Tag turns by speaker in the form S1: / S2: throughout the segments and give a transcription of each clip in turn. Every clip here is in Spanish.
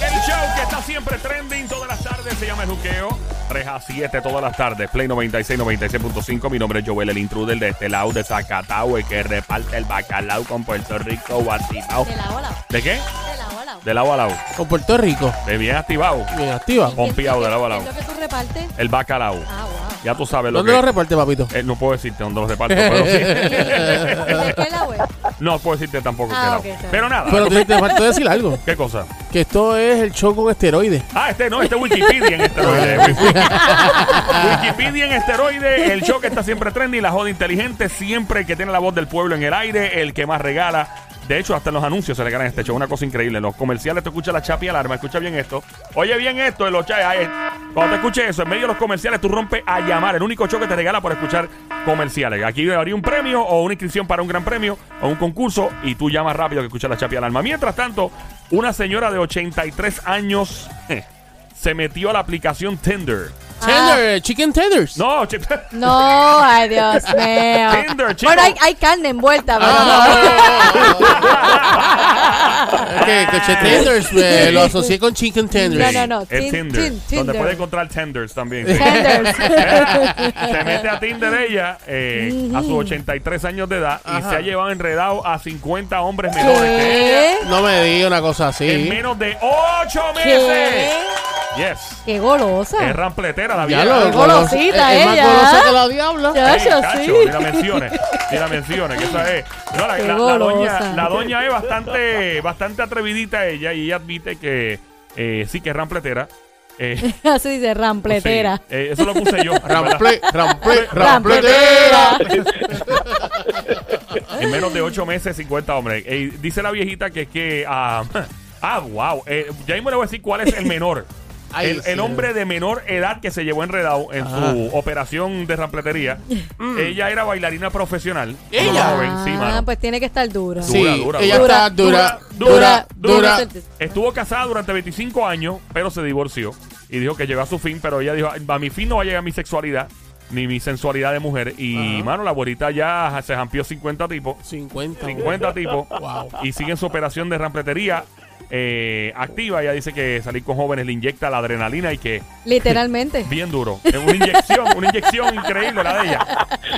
S1: El show que está siempre trending todas las tardes se llama El Juqueo. 3 a 7 todas las tardes. Play 96, 96.5. Mi nombre es Joel, el intruder de este lado de Zacatau, el que reparte el bacalao con Puerto Rico, Guatipao.
S2: De la ola,
S1: ¿De qué?
S2: de la ola.
S1: De lado a lado.
S3: Con Puerto Rico.
S1: De bien activado.
S3: Bien activa.
S1: Pompeado de lado a lado.
S2: ¿Qué es lo que tú repartes?
S1: El bacalao.
S2: Ah, wow.
S1: Ya tú sabes lo
S3: ¿Dónde lo
S1: que...
S3: reparte, papito?
S1: Eh, no puedo decirte dónde los reparto, pero sí.
S2: ¿De qué la web?
S1: No puedo decirte tampoco
S2: Ah,
S1: qué lado.
S2: ok, está bien.
S1: Pero nada.
S3: Pero te, te faltó decir algo.
S1: ¿Qué cosa?
S3: Que esto es el show con esteroides.
S1: Ah, este no, este es Wikipedia en esteroide. Wikipedia en esteroide, el show que está siempre trendy, la joda inteligente, siempre el que tiene la voz del pueblo en el aire, el que más regala. De hecho, hasta en los anuncios se regalan este show, una cosa increíble. En los comerciales te escucha la chapi alarma, escucha bien esto. Oye bien esto, en los cha- ay, eh. Cuando te escuches eso, en medio de los comerciales tú rompes a llamar. El único show que te regala por escuchar comerciales. Aquí habría un premio o una inscripción para un gran premio o un concurso y tú llamas rápido que escuchas la chapi alarma. Mientras tanto, una señora de 83 años se metió a la aplicación Tinder.
S2: Ah.
S3: Tender, chicken tenders.
S1: No, che-
S2: No, ay, Dios mío.
S1: Tinder, chico. Ah.
S2: Bueno, hay, hay carne envuelta, pero
S3: Ah, Es que, que che- tenders, eh, lo asocié con chicken tenders.
S2: No, no, no.
S1: Es
S2: Tin-
S1: Tinder.
S2: tin-
S1: Donde
S2: Tinder.
S1: puede encontrar tenders también.
S2: no.
S1: sí.
S2: Tenders.
S1: se mete a Tinder ella eh, a sus 83 años de edad y se ha llevado enredado a 50 hombres menores que ella
S2: ¿Qué?
S3: No me diga una cosa
S1: en
S3: así.
S1: menos de 8 meses.
S2: ¿Qué?
S1: Yes.
S2: Qué golosa.
S1: Es rampletera la
S3: Ya
S1: vieja.
S3: lo
S2: Es golosita
S3: es- es más
S2: ella.
S3: golosa que la diabla.
S1: Ey,
S2: Chacho,
S1: cacho,
S2: sí.
S1: Ni la menciones, ni la menciones, que esa es. No, la,
S2: Qué
S1: la- la doña,
S2: golosa.
S1: la doña es bastante, bastante atrevidita ella y ella admite que eh, sí que es rampletera. Eh,
S2: Así dice, rampletera.
S1: sí, eh, eso lo puse yo. ¿verdad?
S3: Rample, rample,
S2: Rampletera.
S3: rampletera.
S1: En menos de 8 meses, 50 hombres. Eh, dice la viejita que es que. ah, ah, wow. Eh, ya mismo le voy a decir cuál es el menor.
S3: Ay,
S1: el,
S3: sí.
S1: el hombre de menor edad que se llevó enredado en su operación de rampletería. Ella era bailarina profesional.
S3: Mm. Ella.
S1: Una joven, sí, mano.
S2: Ah, pues tiene que estar dura.
S3: Sí,
S1: Dura, dura,
S3: ella
S2: dura.
S3: está dura,
S1: Dura,
S3: dura,
S1: dura.
S3: dura.
S1: Estuvo casada durante 25 años, pero se divorció. Y dijo que llegó a su fin, pero ella dijo, a mi fin no va a llegar mi sexualidad, ni mi sensualidad de mujer. Y, mano, la abuelita ya se jampió 50 tipos.
S3: 50.
S1: 50 tipos.
S3: Wow.
S1: Y sigue en su operación de rampletería eh, activa. Ella dice que salir con jóvenes le inyecta la adrenalina y que
S2: Literalmente.
S1: bien duro. Es una inyección, una inyección increíble la de ella.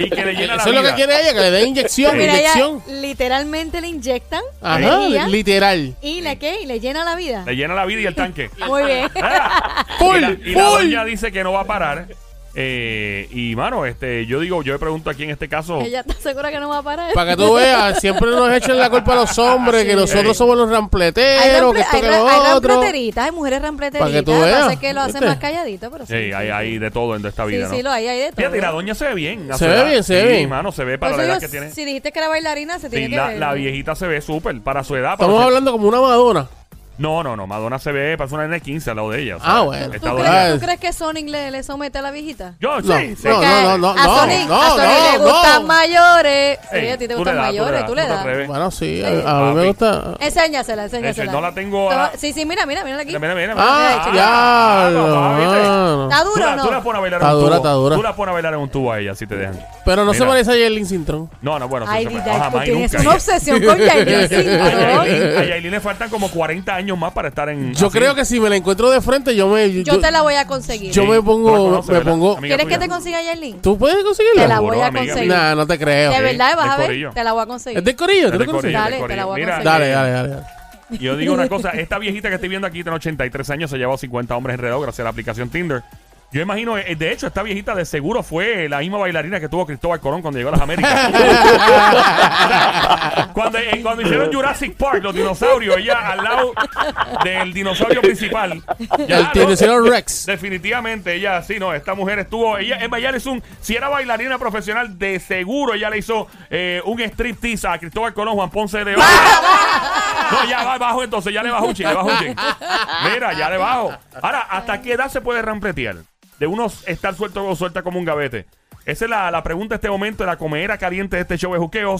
S1: Y que le llena la
S3: Eso es lo que
S1: vida.
S3: quiere ella, que le den inyección,
S2: Pues Mira, ella
S3: inyección.
S2: literalmente le inyectan.
S3: Ajá,
S2: ella-
S3: literal.
S2: ¿Y le qué? ¿Y le llena la vida?
S1: Le llena la vida y el tanque.
S2: Muy bien.
S1: Ah,
S3: Full,
S1: y la, y la
S3: full.
S1: doña dice que no va a parar. Eh, y mano, este, yo digo, yo le pregunto aquí en este caso.
S2: Ella está segura que no va a parar.
S3: Para que tú veas, siempre nos echan la culpa a los hombres, que nosotros somos los
S2: Hay,
S3: rampleteros,
S2: rample-
S3: que esto
S2: hay
S3: que
S2: ra-
S3: lo
S2: hay
S3: otro.
S2: rampleteritas, hay mujeres rampleteritas.
S3: Para que tú
S2: lo que pasa
S3: veas,
S2: es que lo hacen
S3: ¿viste?
S2: más calladito, pero sí.
S1: Sí, hay, hay de todo en esta
S2: Sí,
S1: vida, ¿no?
S2: sí, lo hay, hay de todo.
S1: Fíjate, y la doña se ve bien. a
S3: Se
S1: su
S3: ve
S1: edad.
S3: bien, se ve
S1: Sí,
S3: bien.
S1: mano, se ve
S2: Por
S1: para la
S2: eso
S1: edad
S2: yo-
S1: que tiene.
S2: Si dijiste que era bailarina, se
S1: Sí,
S2: tiene que
S1: la,
S2: ver.
S1: la viejita se ve súper para su edad. para
S3: Estamos
S1: su-
S3: hablando como una Madonna.
S1: No, no, no. Madonna se ve, parece una N15 al lado de ella. o sea,
S3: Ah, bueno. Ah,
S1: está
S2: ¿Tú
S1: doña.
S2: crees, tú crees que Sonic le, le somete a la viejita?
S1: Yo,
S3: No,
S1: sí, sí.
S3: no,
S2: Que
S3: no, no,
S2: a
S3: no,
S2: Sonic,
S3: no,
S2: a Sonic le
S3: no,
S2: gustan
S3: no.
S2: mayores.
S1: Ey,
S2: sí, a ti te
S1: tú
S2: gustan
S1: le das, tú le
S2: mayores,
S1: das,
S2: tú le
S1: no te
S2: das.
S1: atreves.
S3: Bueno, sí, a, a mí me gusta.
S2: Enséñasela, enséñasela.
S1: no la tengo a-
S2: Sí, sí, mira, mira, mira aquí.
S1: Mira, mira, mira.
S3: Ah,
S1: mira.
S3: ya.
S1: Ah, papá, ¿viste?
S2: ¿Está
S1: Tú
S2: dura
S1: la,
S2: o
S1: tú la
S2: no?
S1: pones a bailar
S3: Está
S1: en un tubo.
S3: dura, está dura.
S1: Tú la pones a bailar en un tubo a ella, si te dejan.
S3: Pero no se
S1: Mira.
S3: parece a Jerlin Sintrón.
S1: No, no, bueno, sí,
S2: Ay,
S1: se-
S2: Didal, tú
S1: jamás y
S2: tienes
S1: nunca.
S2: una obsesión con Yailin
S1: A
S2: Cintrón.
S1: Yailin- a Yailin le faltan como 40 años más para estar en.
S3: Yo
S1: así.
S3: creo que si me la encuentro de frente, yo me. Yo,
S2: Yo te la voy a conseguir.
S3: yo me pongo-
S1: tú la conoces,
S3: me
S1: ¿verdad?
S3: pongo-
S1: Amiga
S2: ¿Quieres que
S1: tuya.
S2: te consiga Yailin?
S3: ¿Tú puedes conseguirla?
S2: Te la voy
S1: Seguro,
S2: a
S1: amiga.
S2: conseguir.
S3: Nah, no te creo.
S2: De verdad, vas
S1: de
S2: a ver,
S1: corillo.
S2: te la voy a conseguir.
S3: ¿Es del corillo? ¿Tú
S1: Es
S3: lo
S1: de
S3: conoces?
S1: corillo,
S2: Dale,
S1: de
S2: te la
S1: corillo.
S2: voy a
S1: Mira,
S2: conseguir.
S3: Dale, dale, dale. dale.
S1: Yo digo una cosa, esta viejita que estoy viendo aquí tiene 83 años, se lleva 50 hombres enredados gracias a la aplicación Tinder. Yo imagino, eh, de hecho, esta viejita de seguro fue la misma bailarina que tuvo Cristóbal Colón cuando llegó a las Américas. cuando, eh, cuando hicieron Jurassic Park, los dinosaurios, ella al lado del dinosaurio principal. Ya,
S3: El
S1: ¿no?
S3: Tiranosaurio Rex.
S1: Definitivamente, ella sí, no, esta mujer estuvo, ella, es más, ella le hizo un, si era bailarina profesional, de seguro ella le hizo eh, un striptease a Cristóbal Colón, Juan Ponce de León. No, ya va bajo entonces, ya le bajo un chin, le bajo un chin. Mira, ya le bajo. Ahora, ¿hasta qué edad se puede rampletear? De unos estar suelto o suelta como un gavete. Esa es la, la pregunta en este momento, la comedera caliente de este show de juqueo,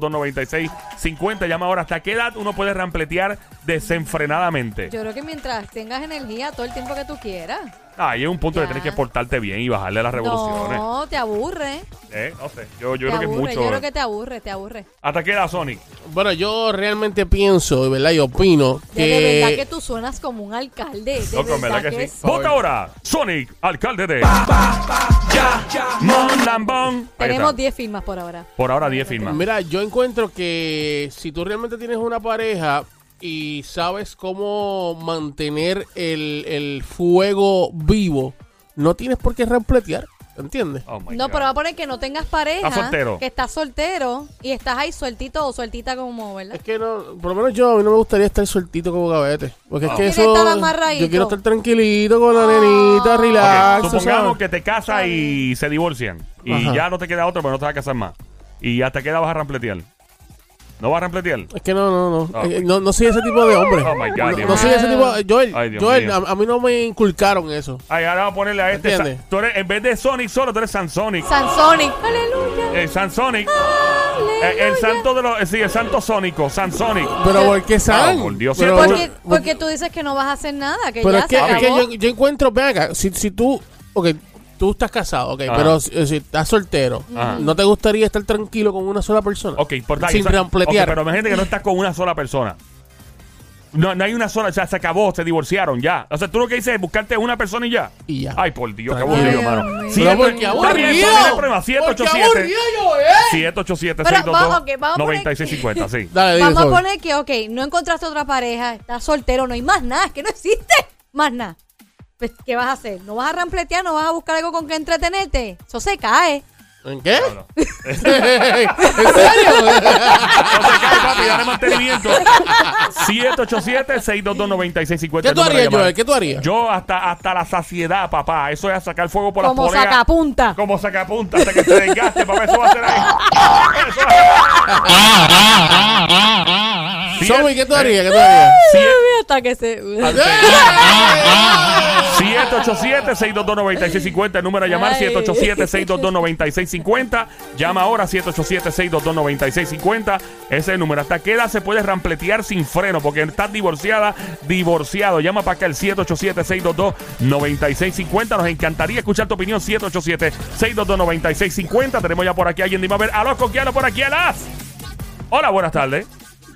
S1: 787-622-9650. Llama ahora, ¿hasta qué edad uno puede rampletear desenfrenadamente?
S2: Yo creo que mientras tengas energía todo el tiempo que tú quieras.
S1: Ah, ahí es un punto de
S2: Ya.
S1: tienes que portarte bien y bajarle las revoluciones. No,
S2: No, te aburre.
S1: eh, no sé. Yo, yo creo
S2: te
S1: que es
S2: aburre.
S1: mucho.
S2: Yo creo que te aburre, te aburre.
S1: Hasta que era Sonic.
S3: Bueno, yo realmente pienso, de verdad, y opino
S2: De,
S3: que...
S2: de verdad que tú suenas como un alcalde. De
S1: Loco, en
S2: verdad
S1: verdad que sí.
S2: sí.
S1: Vota ahora. Sonic, alcalde de. Ya, ya, Mon Lambón. Ahí
S2: Tenemos
S1: está.
S2: 10 firmas por ahora.
S1: Por ahora 10 firmas.
S3: Mira, yo encuentro que si tú realmente tienes una pareja y sabes cómo mantener el, el fuego vivo, no tienes por qué repletear, ¿entiendes?
S1: Oh my
S2: No,
S1: God.
S2: pero va a poner que no tengas pareja.
S1: Estás soltero.
S2: Que estás soltero y estás ahí sueltito o sueltita como, ¿verdad?
S3: Es que no, por lo menos yo, a mí no me gustaría estar sueltito como gavete. Porque es
S1: Oh.
S2: No. Tú
S3: que
S2: quieres
S3: eso.
S2: estar amarradito.
S3: Yo quiero estar tranquilito con la nenita,
S1: Ok,
S3: relax. tú
S1: Supongamos
S3: sabes.
S1: que te casas y se divorcian. Y
S3: Ajá.
S1: ya no te queda otro, pero no te vas a casar más. Y ya te queda vas a rampletear. ¿No vas a rampletear?
S3: Es que no, no, no.
S1: Oh.
S3: Eh, no. no soy ese tipo de hombre.
S1: Oh my God,
S3: No-
S1: Dios
S3: no,
S1: mío.
S3: soy ese tipo. eh, Joel,
S1: Ay, Dios
S3: Joel
S1: mío.
S3: a, a mí no me inculcaron eso.
S1: Ay, ahora vamos a ponerle a este.
S3: ¿Entiendes?
S1: Sa- tú eres, en vez de Sonic solo, tú eres Sansonic.
S2: Sansonic. Aleluya.
S1: El Sansonic. Eh,
S2: Aleluya.
S1: el santo de los. eh, Sí, el santo sónico. Sansonic.
S3: Pero ¿por qué San?
S1: por Dios.
S3: Pero-
S2: Porque, porque tú dices que no vas a hacer nada, que
S3: Pero
S2: ya
S3: es que,
S2: se
S3: es que
S2: acabó.
S3: yo, yo encuentro, ven acá, si, si tú, ok, tú estás casado, ok,
S1: Ajá.
S3: pero si, si estás soltero,
S1: Ajá.
S3: ¿no te gustaría estar tranquilo con una sola persona?
S1: Ok, por
S3: Sin
S1: eso-
S3: rampletear.
S1: ok, pero imagínate que no estás con una sola persona. No, no hay una sola, o sea, se acabó, se divorciaron, ya. O sea, tú lo que dices es buscarte una persona y ya.
S3: Y ya.
S1: Ay, por Dios, qué
S3: Tranquilo.
S1: aburrido,
S2: Ay,
S1: mano.
S2: Dios mío.
S3: Pero
S1: Siete-
S3: porque
S1: está bien,
S3: aburrido.
S1: está bien el problema,
S3: Porque
S1: 787.
S3: aburrido yo, eh.
S1: 787
S2: Pero,
S1: 622
S2: va- ok, vamos a poner-
S1: 9650, sí.
S3: Dale, dile,
S2: Vamos a
S3: Sobe.
S2: poner que, ok, no encontraste otra pareja, estás soltero, no hay más nada, es que no existe más nada. Pues, ¿qué vas a hacer? ¿No vas a rampletear? ¿No vas a buscar algo con que entretenerte? Eso se cae.
S3: ¿En qué?
S1: no.
S3: ¿En serio?
S1: Entonces, cae, papi, dale mantenimiento. 787 622 9650
S3: ¿Qué tú harías, Joel? ¿Qué tú harías?
S1: Yo hasta, hasta la saciedad, papá. Eso es a sacar fuego por
S2: Como
S1: las poleas.
S2: sacapunta.
S1: Como sacapunta hasta que te desgaste, papá. Eso va a ser ahí. Eso va a ser-
S3: Sobe, ¿qué tú harías? ¿Qué tú harías?
S2: Ay, Hasta que se...
S1: Ah,
S3: ¡Eh!
S1: 787-622-9650, el número a llamar,
S2: Ay.
S1: 787-622-9650. Llama ahora, 787-622-9650. Ese es el número. ¿Hasta qué edad se puede rampletear sin freno? Porque estás divorciada, divorciado. Llama para acá el 787-622-9650. Nos encantaría escuchar tu opinión, 787-622-9650. Tenemos ya por aquí a alguien. Dime a ver, aló, coquiano por aquí, alas. Hola, buenas tardes.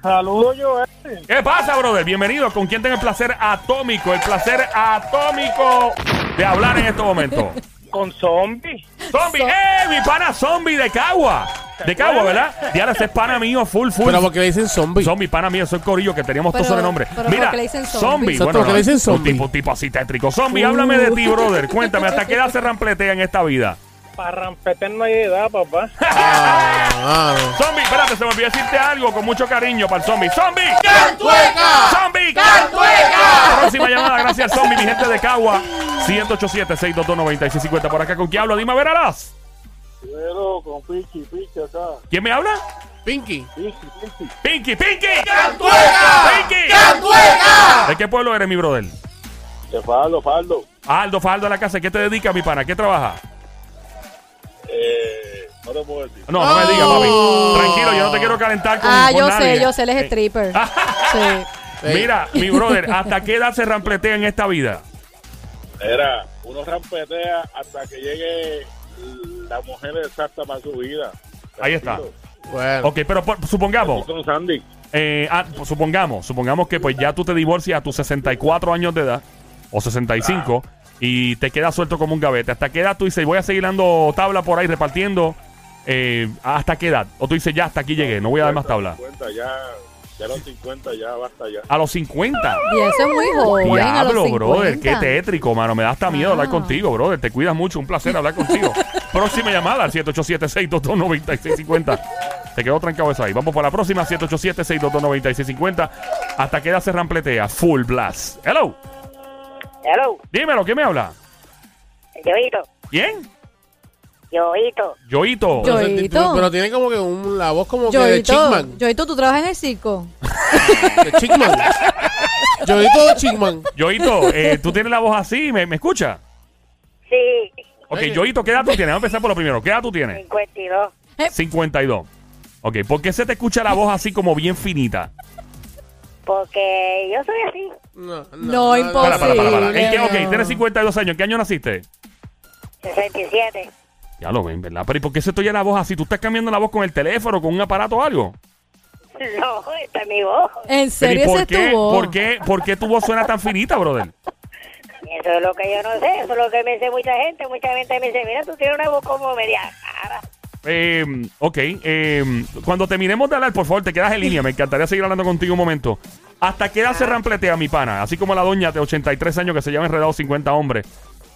S4: Saludos, Joel.
S1: ¿Qué pasa, brother? Bienvenido. ¿Con quién tengo el placer atómico? El placer atómico de hablar en este momento.
S4: Con zombie.
S1: Zombie.
S2: So-
S1: ¡Eh! Mi pana zombie de Cagua. De Cagua, ¿verdad? Diana, ese es pana mío, full, full.
S3: Pero porque le dicen zombie.
S1: Zombie, pana mío, soy Corillo, que teníamos
S2: Pero-
S1: todos sobrenombres.
S2: pero
S1: Mira,
S2: ¿por qué le dicen zombie?
S1: zombie.
S3: Exacto, ¿por qué le dicen zombie?
S1: Un tipo, un tipo así tétrico. Zombie, háblame de
S2: Uh.
S1: ti, brother. Cuéntame, ¿hasta qué edad se rampletea en esta vida?
S4: Para rampeter no hay edad, papá.
S3: Ah, mano.
S1: Zombie, espérate, se me olvidó decirte algo con mucho cariño para el zombie. ¡Zombie!
S3: ¡Cantueca!
S1: ¡Zombie!
S3: ¡Cantueca!
S1: Próxima llamada, gracias al zombie, mi gente de Cagua. 187-622-9650. Por acá, ¿con quién hablo? Dime, a ver, Alas.
S4: Pero con Pichi, Pichi acá.
S1: ¿Quién me habla?
S3: Pinky.
S4: Pichi, Pichi.
S1: ¡Pinky, Pinky! ¡Cantueca! ¡Pinky!
S3: ¡Cantueca!
S1: ¿De qué pueblo eres, mi brother?
S4: Te faldo, faldo.
S1: Aldo, Faldo de la casa. ¿Qué te dedicas, mi pana? ¿Qué trabaja?
S4: Eh, no te puedo decir.
S1: No, no me
S3: Oh.
S1: digas, papi. Tranquilo, yo no te quiero calentar con
S2: Ah,
S1: con
S2: yo
S1: nadie.
S2: sé, yo sé, él es
S1: Eh,
S2: stripper. Sí.
S3: Ey.
S1: Mira, mi brother, ¿hasta qué edad se rampletea en esta vida?
S4: Era, uno rampetea hasta que llegue la mujer exacta para su vida.
S1: Ahí está.
S3: Bueno.
S1: Ok, pero por- supongamos,
S4: Con Sandy.
S1: eh, ah, pues, supongamos, supongamos que pues ya tú te divorcias a tus 64 años de edad o 65 y te quedas suelto como un gavete. ¿Hasta qué edad tú dices, voy a seguir dando tabla por ahí repartiendo? eh, ¿Hasta qué edad? O tú dices, ya hasta aquí llegué, no voy a dar más tabla.
S4: 50 ya, ya los 50 ya, basta ya.
S1: A los 50.
S2: Y eso es muy joven. a los
S1: Diablo,
S2: 50.
S1: brother, qué tétrico, mano. Me da hasta miedo hablar
S2: Ah.
S1: contigo, brother. Te cuidas mucho, un placer hablar contigo. próxima llamada al 787-622-9650. Te quedó trancado eso ahí. Vamos para la próxima, 787-622-9650. Hasta que edad se rampletea. Full blast. Hello.
S5: Hello,
S1: Dímelo, ¿quién me habla?
S5: Yoito,
S1: ¿Quién?
S5: Yoito.
S1: Yoito.
S2: Yo-
S3: Pero-
S2: Joelito.
S3: Pero tiene como que un, la voz como que de
S2: Joyito,
S3: Chickman.
S2: Joyito, ¿tú trabajas en el circo?
S3: De Chickman. Joelito de Chickman.
S1: Yoito, eh, tú tienes la voz así, ¿me, me escucha?
S5: Sí,
S1: Ok,
S3: Oye.
S1: Yoito, ¿qué edad tú tienes? Vamos a empezar por lo primero. ¿Qué edad tú tienes?
S5: 52.
S1: 52. Ok, ¿por qué se te escucha la voz así como bien finita?
S5: Porque porque yo soy así.
S3: No,
S2: No,
S1: Para, para, para, para.
S2: Posible,
S1: ¿En qué? Ok,
S2: no.
S1: tienes 52 años. ¿En qué año naciste?
S5: 67.
S1: Ya lo ven, ¿verdad? Pero ¿y por qué se te oye la voz así? ¿Tú estás cambiando la voz con el teléfono, con un aparato o algo?
S5: No, esta es mi voz.
S2: ¿En
S1: Pero, ¿y
S2: serio ese
S1: por
S2: es
S1: qué,
S2: tu voz?
S1: por qué, por qué tu voz suena tan finita, brother?
S5: Eso es lo que yo no sé, eso es lo que me dice mucha gente. Mucha gente me dice, mira, tú tienes una voz como media cara.
S1: Eh, ok, eh, cuando terminemos de hablar, por favor, te quedas en línea. Me encantaría seguir hablando contigo un momento. ¿Hasta qué edad se rampletea, mi pana? Así como la doña de 83 años que se llama Enredado 50 Hombres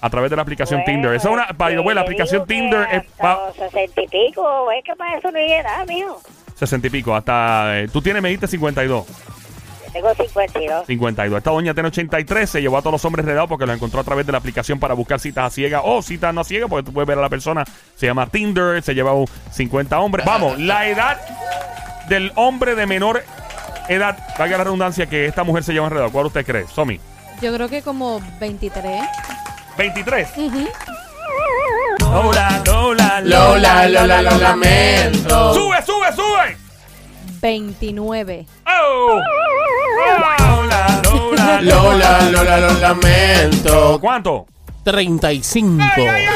S1: a través de la aplicación
S5: Bueno,
S1: Tinder. Esa es una. by the way,
S2: este,
S1: la
S5: te
S1: aplicación
S5: digo que
S1: Tinder es
S5: hasta
S1: pa-
S5: los 60 y pico, es que para eso no hay edad, mijo.
S1: 60 y pico. Hasta. eh, tú tienes, me dijiste 52.
S5: Yo tengo 52.
S1: 52. Esta doña tiene 83, se llevó a todos los hombres redados porque los encontró a través de la aplicación para buscar citas a ciegas o citas no a ciegas, porque tú puedes ver a la persona. Se llama Tinder, se lleva un 50 hombres. Vamos, la edad del hombre de menor edad, valga la redundancia, que esta mujer se lleva enredado. ¿Cuál usted cree, Somi?
S2: Yo creo que como 23.
S1: 23. Lola, Lola,
S3: Lola, Lola, lo lamento.
S1: ¡Sube, sube, sube!
S2: 29.
S1: ¡Oh! Lola, Lola,
S3: Lola, Lola, lo lamento.
S1: ¿Cuánto?
S3: 35.
S1: Eh,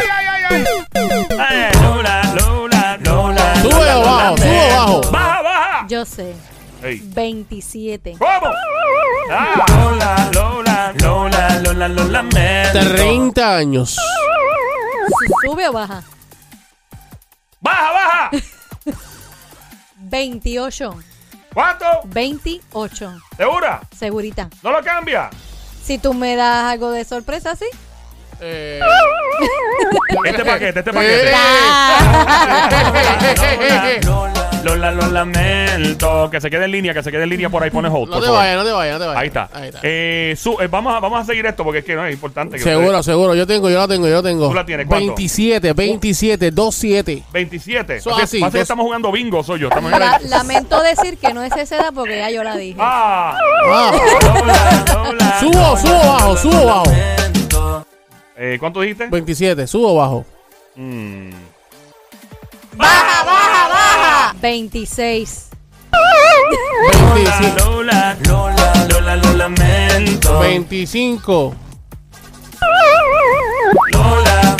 S1: Lola, Lola, Lola.
S3: Sube o bajo, sube o bajo.
S1: ¡Baja, baja!
S2: Yo sé.
S1: Ey.
S2: 27.
S1: ¿Cómo? Ah, Lola, Lola, Lola, Lola, Lola, lamento.
S3: 30 años.
S2: ¿Sube o baja?
S1: ¡Baja, baja!
S2: 28.
S1: ¿Cuánto?
S2: 28.
S1: ¿Segura?
S2: Segurita.
S1: ¿No lo cambia?
S2: Si tú me das algo de sorpresa, sí.
S3: Eh,
S1: Este paquete, este paquete. Lola, Lola, lo lamento. Que se quede en línea, que se quede en línea por ahí, pone hold.
S3: No
S1: por
S3: te
S1: favor.
S3: vayas, no te vayas, no te vayas.
S1: Ahí está. Eh, su- eh, vamos, a, vamos a seguir esto porque es que no es importante. que
S3: Seguro,
S1: ustedes-
S3: seguro. Yo tengo, yo la tengo, yo la tengo.
S1: ¿Tú la tienes? ¿Cuánto?
S3: 27, 27, 27.
S1: 27.
S3: Eso
S1: Así-
S3: así,
S1: pasa que
S3: dos-
S1: estamos jugando bingo, soy yo. Estamos en
S2: La- lamento decir que no es esa edad porque ya yo la dije.
S1: ¡Ah!
S3: Ah.
S1: Lola, Lola,
S3: Subo, subo bajo, subo bajo.
S1: Eh, ¿Cuánto dijiste?
S3: 27, subo bajo.
S1: Mm.
S3: Ah.
S2: 26.
S3: 25,
S1: Lola, Lola, Lola, lo lamento.
S3: 25.
S1: Lola,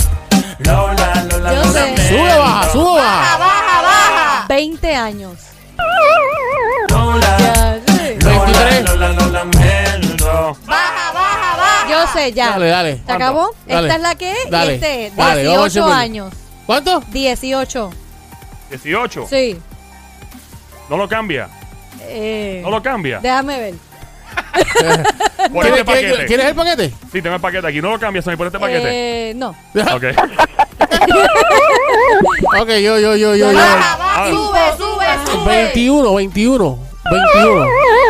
S1: Lola, Lola,
S2: Yo
S1: lo
S2: sé.
S1: lamento.
S3: Sube baja, sube baja.
S2: 20 años.
S1: Lola,
S2: Ya sé.
S1: Lola,
S3: 23.
S1: Lola, lo lamento.
S2: Yo sé, ya.
S3: Dale, dale.
S2: ¿Se acabó?
S3: Dale.
S2: Esta es la que es. y
S3: Dale.
S2: Este, es.
S3: Dale,
S2: 18
S3: vamos a hacer-
S2: años.
S3: ¿Cuánto?
S2: 18.
S1: 18.
S2: Sí.
S1: No lo cambia.
S2: Eh,
S1: No lo cambia.
S2: Déjame ver.
S1: Por
S3: ¿Quieres,
S1: este
S3: quieres-
S1: paquete.
S3: quieres el paquete?
S1: Sí, tengo el paquete aquí. No lo cambias, Sammy, por este paquete.
S2: Eh, no.
S1: Ok.
S3: Ok, yo, yo, yo, yo, yo.
S1: Ah,
S2: Sube, sube,
S3: 21, 21, 21.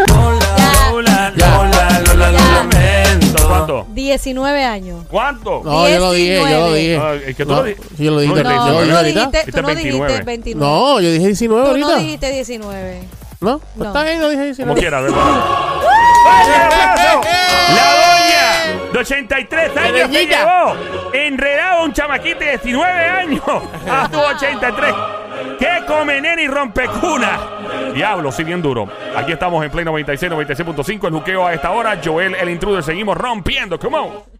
S1: Lola,
S3: Ya.
S1: Lola, Lola, lo lamento. ¿Cuánto?
S2: 19 años.
S1: ¿Cuánto?
S3: No, yo lo dije, yo lo dije.
S1: Ah, es que tú
S3: No,
S1: lo di-
S3: yo lo dije.
S1: No,
S2: No,
S1: yo
S2: tú
S1: dije
S2: no
S3: ahorita.
S2: dijiste, tú no
S1: Dijiste
S2: dijiste
S1: 29.
S2: 29.
S3: No, yo dije 19
S2: Tú no
S3: ahorita.
S2: dijiste 19.
S3: No,
S2: No.
S3: pues está bien, no dije 19.
S1: Como quiera, ¿verdad? ¡Fuerte el abrazo!
S3: ¡Eh!
S1: La doña de 83 años que
S3: Doñita.
S1: llevó enredado a un chamaquito de 19 años Ah, a sus 83. ¡Qué come nene y rompecuna! Diablo, sí, bien duro. Aquí estamos en Play 96, 96.5. El juqueo a esta hora. Joel, el intruder. Seguimos rompiendo. ¡Come on!